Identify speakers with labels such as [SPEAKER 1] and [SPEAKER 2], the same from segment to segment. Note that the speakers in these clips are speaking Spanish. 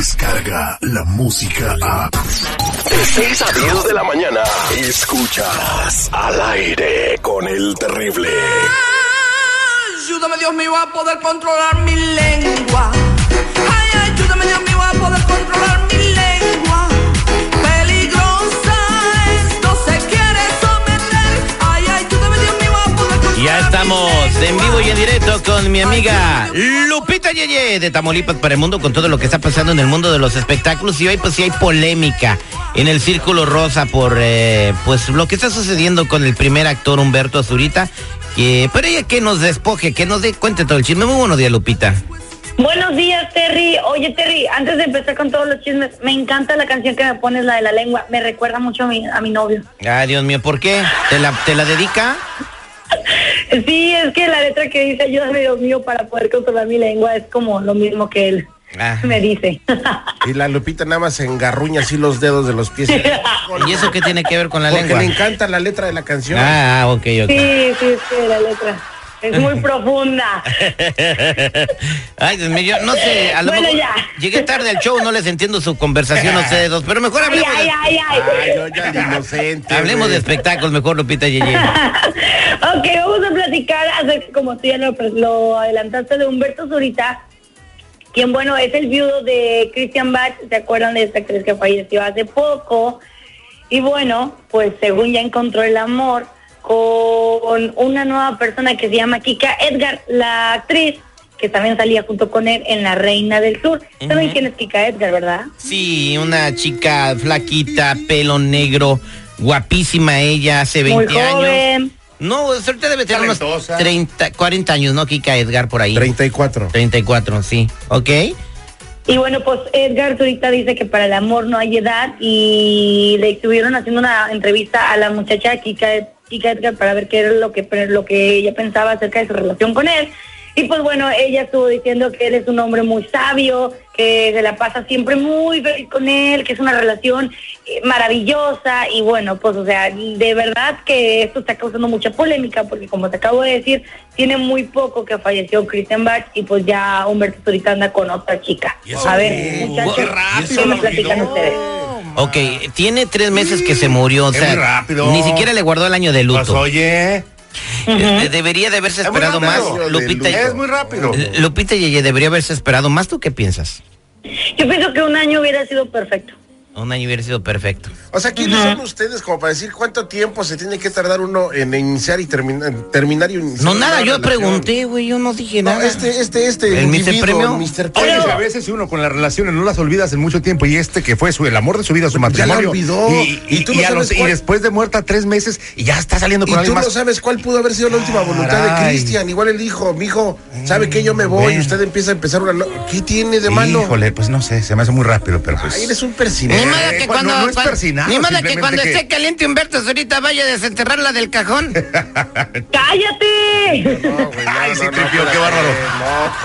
[SPEAKER 1] Escucha la música a.
[SPEAKER 2] De 6 a 10 de la mañana. Escuchas al aire con el terrible.
[SPEAKER 3] Ayúdame Dios mío a poder controlar mi lengua. Ay, ayúdame Dios mío a poder controlar mi lengua. Peligrosa es, no se quiere someter. Ay, ayúdame Dios mío a poder controlar
[SPEAKER 4] Ya estamos
[SPEAKER 3] mi
[SPEAKER 4] en vivo y en directo con mi amiga
[SPEAKER 3] Ay,
[SPEAKER 4] Lupita Yeye de Tamaulipas para el mundo con todo lo que está pasando en el mundo de los espectáculos y hoy pues sí hay polémica en el Círculo Rosa por eh, pues lo que está sucediendo con el primer actor Humberto Azurita que pero ella que nos despoje, que nos dé cuente todo el chisme. Muy buenos días Lupita.
[SPEAKER 5] Buenos días, Terry. Oye, Terry, antes de empezar con todos los chismes, me encanta la canción que me pones, la de la lengua. Me recuerda mucho a mi, a mi novio.
[SPEAKER 4] Ay Dios mío, ¿por qué? ¿Te la, te la dedica?
[SPEAKER 5] Sí, es que la letra que dice ayúdame, Dios mío, para poder controlar mi lengua es como lo mismo que él
[SPEAKER 4] Ah.
[SPEAKER 5] me dice.
[SPEAKER 6] Y la Lupita nada más se engarruña así los dedos de los pies.
[SPEAKER 4] ¿Y eso qué tiene que ver con la
[SPEAKER 6] Porque
[SPEAKER 4] lengua?
[SPEAKER 6] le encanta la letra de la canción.
[SPEAKER 4] Ah, ah, ok, ok.
[SPEAKER 5] sí, sí, es que la letra es muy profunda.
[SPEAKER 4] Ay, Dios mío, yo no sé, a lo
[SPEAKER 5] Bueno,
[SPEAKER 4] mejor
[SPEAKER 5] ya.
[SPEAKER 4] llegué tarde al show, no les entiendo su conversación a ustedes dos, pero mejor
[SPEAKER 5] Ay,
[SPEAKER 4] hablemos,
[SPEAKER 5] ay,
[SPEAKER 4] de,
[SPEAKER 5] ay, ay.
[SPEAKER 6] Ay, yo ya de inocente.
[SPEAKER 4] hablemos de
[SPEAKER 6] güey.
[SPEAKER 4] espectáculos, mejor Lupita Yeye.
[SPEAKER 5] ok, vamos a platicar acerca, como tú ya lo, lo adelantaste, de Humberto Zurita, quien, bueno, es el viudo de Christian Bach, ¿se acuerdan de esta actriz que falleció hace poco? Y bueno, pues según ya encontró el amor con una nueva persona que se llama Kika Edgar, la actriz que también salía junto con él en La Reina del Sur. ¿Saben
[SPEAKER 4] Ujú.
[SPEAKER 5] quién es Kika Edgar, verdad?
[SPEAKER 4] Sí, una chica flaquita, pelo negro, guapísima ella, hace 20
[SPEAKER 5] Muy
[SPEAKER 4] años.
[SPEAKER 5] joven.
[SPEAKER 4] No, ahorita debe tener unos
[SPEAKER 6] Talentosa.
[SPEAKER 4] 30, 40 años, ¿no, Kika Edgar, por ahí?
[SPEAKER 6] 34.
[SPEAKER 4] 34, sí. ¿Ok?
[SPEAKER 5] Y bueno, pues Edgar Zurita dice que para el amor no hay edad y le estuvieron haciendo una entrevista a la muchacha Kika, Kika Edgar para ver qué era lo que, lo que ella pensaba acerca de su relación con él. Y pues bueno, ella estuvo diciendo que él es un hombre muy sabio, que se la pasa siempre muy feliz con él, que es una relación eh, maravillosa y bueno, pues o sea, de verdad que esto está causando mucha polémica porque como te acabo de decir, tiene muy poco que falleció Christian Bach y pues ya Humberto Zurita anda con otra chica. A ver,
[SPEAKER 4] qué
[SPEAKER 5] muchachos,
[SPEAKER 4] rápido
[SPEAKER 5] ¿qué me
[SPEAKER 4] lo
[SPEAKER 5] platican ustedes?
[SPEAKER 4] Ok, tiene tres meses que se murió, o
[SPEAKER 6] Es
[SPEAKER 4] sea,
[SPEAKER 6] muy rápido.
[SPEAKER 4] ni siquiera le guardó el año de luto.
[SPEAKER 6] Pues oye.
[SPEAKER 4] Eh, Debería de haberse
[SPEAKER 6] Es muy
[SPEAKER 4] esperado más,
[SPEAKER 6] rápido.
[SPEAKER 4] Lupita. Eh,
[SPEAKER 6] Es muy rápido.
[SPEAKER 4] Lupita Yeye debería haberse esperado más. ¿Tú qué piensas?
[SPEAKER 5] Yo pienso que un año hubiera sido perfecto.
[SPEAKER 4] Un año hubiera sido perfecto.
[SPEAKER 6] O sea, ¿quiénes son ustedes como para decir cuánto tiempo se tiene que tardar uno en iniciar y terminar, terminar y iniciar
[SPEAKER 4] No,
[SPEAKER 6] una
[SPEAKER 4] nada, yo
[SPEAKER 6] relación?
[SPEAKER 4] pregunté, güey, yo no dije
[SPEAKER 6] No,
[SPEAKER 4] nada.
[SPEAKER 6] este, este, este.
[SPEAKER 4] ¿El Mr.
[SPEAKER 6] individuo,
[SPEAKER 4] Premio?
[SPEAKER 6] Mr.
[SPEAKER 7] Oye,
[SPEAKER 6] Premio.
[SPEAKER 7] que a veces uno con las relaciones no las olvidas en mucho tiempo y este que fue su, el amor de su vida, su
[SPEAKER 6] Ya la
[SPEAKER 7] matrimonio.
[SPEAKER 6] olvidó.
[SPEAKER 7] Y, y-
[SPEAKER 6] Y tú
[SPEAKER 7] y
[SPEAKER 6] no
[SPEAKER 7] a
[SPEAKER 6] sabes
[SPEAKER 7] los- y
[SPEAKER 6] cuál-
[SPEAKER 7] después de muerta tres meses y ya está saliendo
[SPEAKER 6] Y
[SPEAKER 7] con
[SPEAKER 6] tú
[SPEAKER 7] alguien
[SPEAKER 6] no
[SPEAKER 7] más.
[SPEAKER 6] sabes cuál pudo haber sido la
[SPEAKER 4] Ah,
[SPEAKER 6] última voluntad de
[SPEAKER 7] Caray.
[SPEAKER 6] Cristian. Igual él dijo, mijo, ¿sabe qué? Yo me voy y
[SPEAKER 7] Ven.
[SPEAKER 6] usted empieza a empezar una... no- ¿Qué tiene de malo?
[SPEAKER 7] Híjole, pues no sé, se me hace muy rápido, pero pues.
[SPEAKER 6] Ay, eres un
[SPEAKER 4] Ni
[SPEAKER 6] persinero.
[SPEAKER 4] modo
[SPEAKER 7] Eh,
[SPEAKER 4] que
[SPEAKER 7] pues,
[SPEAKER 4] cuando,
[SPEAKER 7] no, no es
[SPEAKER 4] cuando-
[SPEAKER 7] persinado,
[SPEAKER 4] ni modo que
[SPEAKER 7] simplemente
[SPEAKER 4] cuando
[SPEAKER 7] que-
[SPEAKER 4] esté caliente Humberto ahorita vaya a desenterrarla del cajón.
[SPEAKER 5] ¡Cállate!
[SPEAKER 6] No, güey, no,
[SPEAKER 7] Ay, sí,
[SPEAKER 6] no, no,
[SPEAKER 7] tripió, qué
[SPEAKER 6] espérate,
[SPEAKER 7] bárbaro.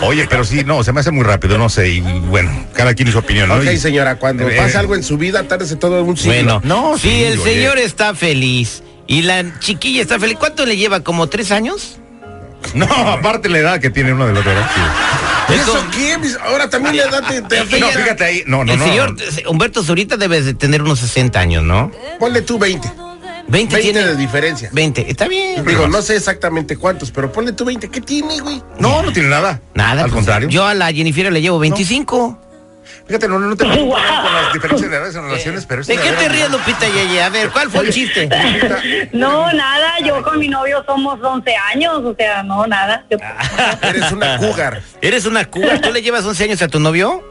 [SPEAKER 6] no.
[SPEAKER 7] Oye, pero sí, no, se me hace muy rápido, no sé. Y bueno, cada quien su opinión, ¿no?
[SPEAKER 6] Ok,
[SPEAKER 7] Y-
[SPEAKER 6] señora, cuando
[SPEAKER 7] Eh,
[SPEAKER 6] pasa algo en su vida, tárdese todo un siglo.
[SPEAKER 4] bueno,
[SPEAKER 7] No,
[SPEAKER 4] si
[SPEAKER 7] sí,
[SPEAKER 4] el
[SPEAKER 7] oye.
[SPEAKER 4] señor está feliz y la chiquilla está feliz, ¿cuánto le lleva? ¿Como tres años?
[SPEAKER 7] No, aparte la edad que tiene uno del otro, ¿verdad? Sí.
[SPEAKER 6] ¿Y
[SPEAKER 4] Eso-
[SPEAKER 6] ¿Eso qué? Mis- Ahora también le da... Te, te
[SPEAKER 7] No,
[SPEAKER 6] afecta.
[SPEAKER 7] fíjate ahí. No, no,
[SPEAKER 4] el
[SPEAKER 7] no.
[SPEAKER 4] señor Humberto Zurita debe de tener unos 60 años, ¿no?
[SPEAKER 6] Ponle tú 20.
[SPEAKER 4] 20,
[SPEAKER 6] 20
[SPEAKER 4] tiene.
[SPEAKER 6] de diferencia.
[SPEAKER 4] 20, está bien.
[SPEAKER 6] Digo, no sé exactamente cuántos, pero ponle tú 20. ¿Qué tiene, güey?
[SPEAKER 7] No, no tiene nada.
[SPEAKER 4] Nada.
[SPEAKER 7] Al
[SPEAKER 4] pues,
[SPEAKER 7] contrario.
[SPEAKER 4] Yo a la Jennifer le llevo 25.
[SPEAKER 7] Fíjate, no, no, no te preocupes con las diferencias de edades en relaciones, pero es
[SPEAKER 4] ¿De
[SPEAKER 7] una
[SPEAKER 4] qué te
[SPEAKER 7] verdadera-
[SPEAKER 4] ríes, Lupita Yeye? A ver, ¿cuál fue el chiste?
[SPEAKER 5] No, nada, yo con mi novio somos 11 años, o sea, no, nada. Yo-
[SPEAKER 6] Eres una cougar.
[SPEAKER 4] Eres una cuba. ¿Tú le llevas 11 años a tu novio?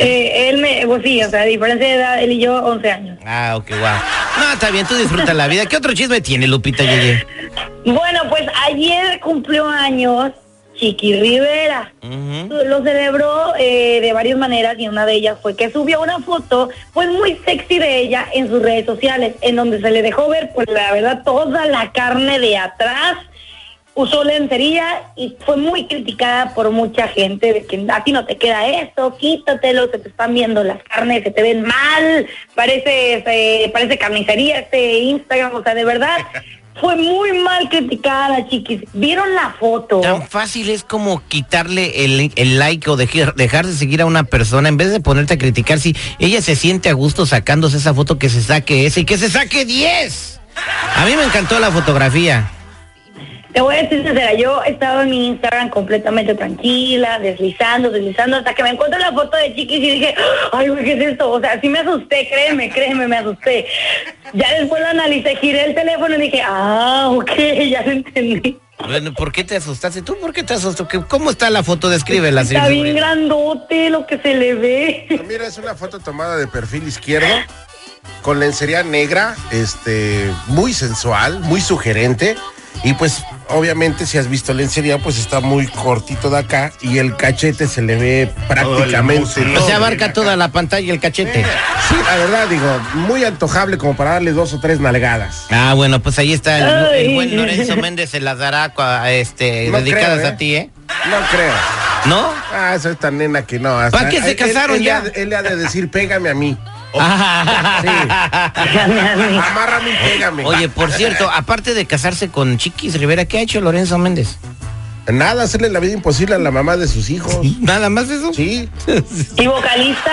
[SPEAKER 5] Eh, él me, pues sí, o sea, a diferencia de edad, él y yo, 11 años.
[SPEAKER 4] Ah, ok, wow. No, está bien, tú disfrutas la vida. ¿Qué otro chisme tiene Lupita Yeye?
[SPEAKER 5] Bueno, pues ayer cumplió años Chiqui Rivera.
[SPEAKER 4] Ujú.
[SPEAKER 5] Lo celebró eh, de varias maneras y una de ellas fue que subió una foto pues muy sexy de ella en sus redes sociales, en donde se le dejó ver pues la verdad toda la carne de atrás. usó lencería y fue muy criticada por mucha gente de que a ti no te queda eso, quítatelo, se te están viendo las carnes, se te ven mal, parece, eh, parece carnicería este Instagram, o sea, de verdad. Fue muy mal criticada la chiquis. ¿Vieron la foto?
[SPEAKER 4] Tan fácil es como quitarle el, el like o dejar, dejar de seguir a una persona en vez de ponerte a criticar si ella se siente a gusto sacándose esa foto que se saque esa y que se saque 10. A mí me encantó la fotografía.
[SPEAKER 5] Te voy a decir sincera, yo estaba en mi Instagram completamente tranquila, deslizando, deslizando, hasta que me encuentro la foto de Chiquis y dije, ay, güey, ¿qué es esto? O sea, sí me asusté, créeme, créeme, me asusté. Ya después lo analicé, giré el teléfono y dije, ah, ok, ya lo entendí.
[SPEAKER 4] Bueno, ¿por qué te asustaste? ¿Tú por qué te asustó? ¿Qué- ¿Cómo está la foto? Descríbela.
[SPEAKER 5] Está
[SPEAKER 4] señor
[SPEAKER 5] bien
[SPEAKER 4] Zurita.
[SPEAKER 5] grandote lo que se le ve.
[SPEAKER 6] Ah, Mira, es una foto tomada de perfil izquierdo, con lencería negra, este, muy sensual, muy sugerente. Y pues, obviamente, si has visto lencería, pues está muy cortito de acá y el cachete se le ve prácticamente.
[SPEAKER 4] O sea, abarca toda la pantalla y el cachete.
[SPEAKER 6] Sí, la verdad, digo, muy antojable como para darle dos o tres nalgadas.
[SPEAKER 4] Ah, bueno, pues ahí está el- el,
[SPEAKER 5] Ay.
[SPEAKER 4] buen Lorenzo Méndez se las dará cua- a este,
[SPEAKER 6] No
[SPEAKER 4] dedicadas
[SPEAKER 6] creo, ¿eh?
[SPEAKER 4] a ti, ¿eh?
[SPEAKER 6] No creo.
[SPEAKER 4] ¿No?
[SPEAKER 6] Ah, soy tan nena que no. hasta-
[SPEAKER 4] ¿Para qué se
[SPEAKER 6] él-
[SPEAKER 4] casaron
[SPEAKER 6] él- él
[SPEAKER 4] ya? Ah.
[SPEAKER 6] ha- Él le ha de decir, pégame a mí. Amárrame y pégame.
[SPEAKER 4] Oye, por cierto, aparte de casarse con Chiquis Rivera, ¿qué ha hecho Lorenzo Méndez?
[SPEAKER 6] Nada, hacerle la vida imposible a la mamá de sus hijos.
[SPEAKER 4] Nada más eso.
[SPEAKER 6] Sí.
[SPEAKER 5] y vocalista,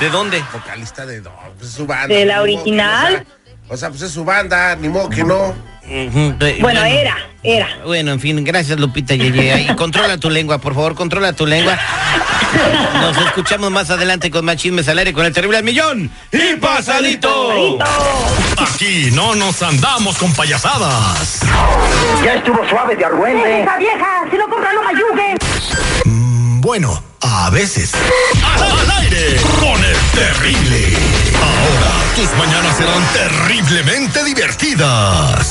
[SPEAKER 4] ¿De dónde?
[SPEAKER 6] Vocalista de no, pues es su banda.
[SPEAKER 5] ¿De la
[SPEAKER 6] ni modo que no
[SPEAKER 5] original?
[SPEAKER 6] sea- o sea, pues es su banda, ni modo que no.
[SPEAKER 4] Ujú, de-
[SPEAKER 5] bueno, era, era.
[SPEAKER 4] Bueno, en fin, gracias Lupita Yeye. Y controla tu lengua, por favor, controla tu lengua. Nos escuchamos más adelante con más chismes al aire con el terrible al millón. ¡Y pasadito!
[SPEAKER 1] Aquí no nos andamos con payasadas.
[SPEAKER 8] Ya estuvo suave de argüente.
[SPEAKER 5] vieja, si no compra no me ayude.
[SPEAKER 1] Mm, Bueno, a veces. Al aire con el terrible. Ahora tus mañanas serán terriblemente divertidas.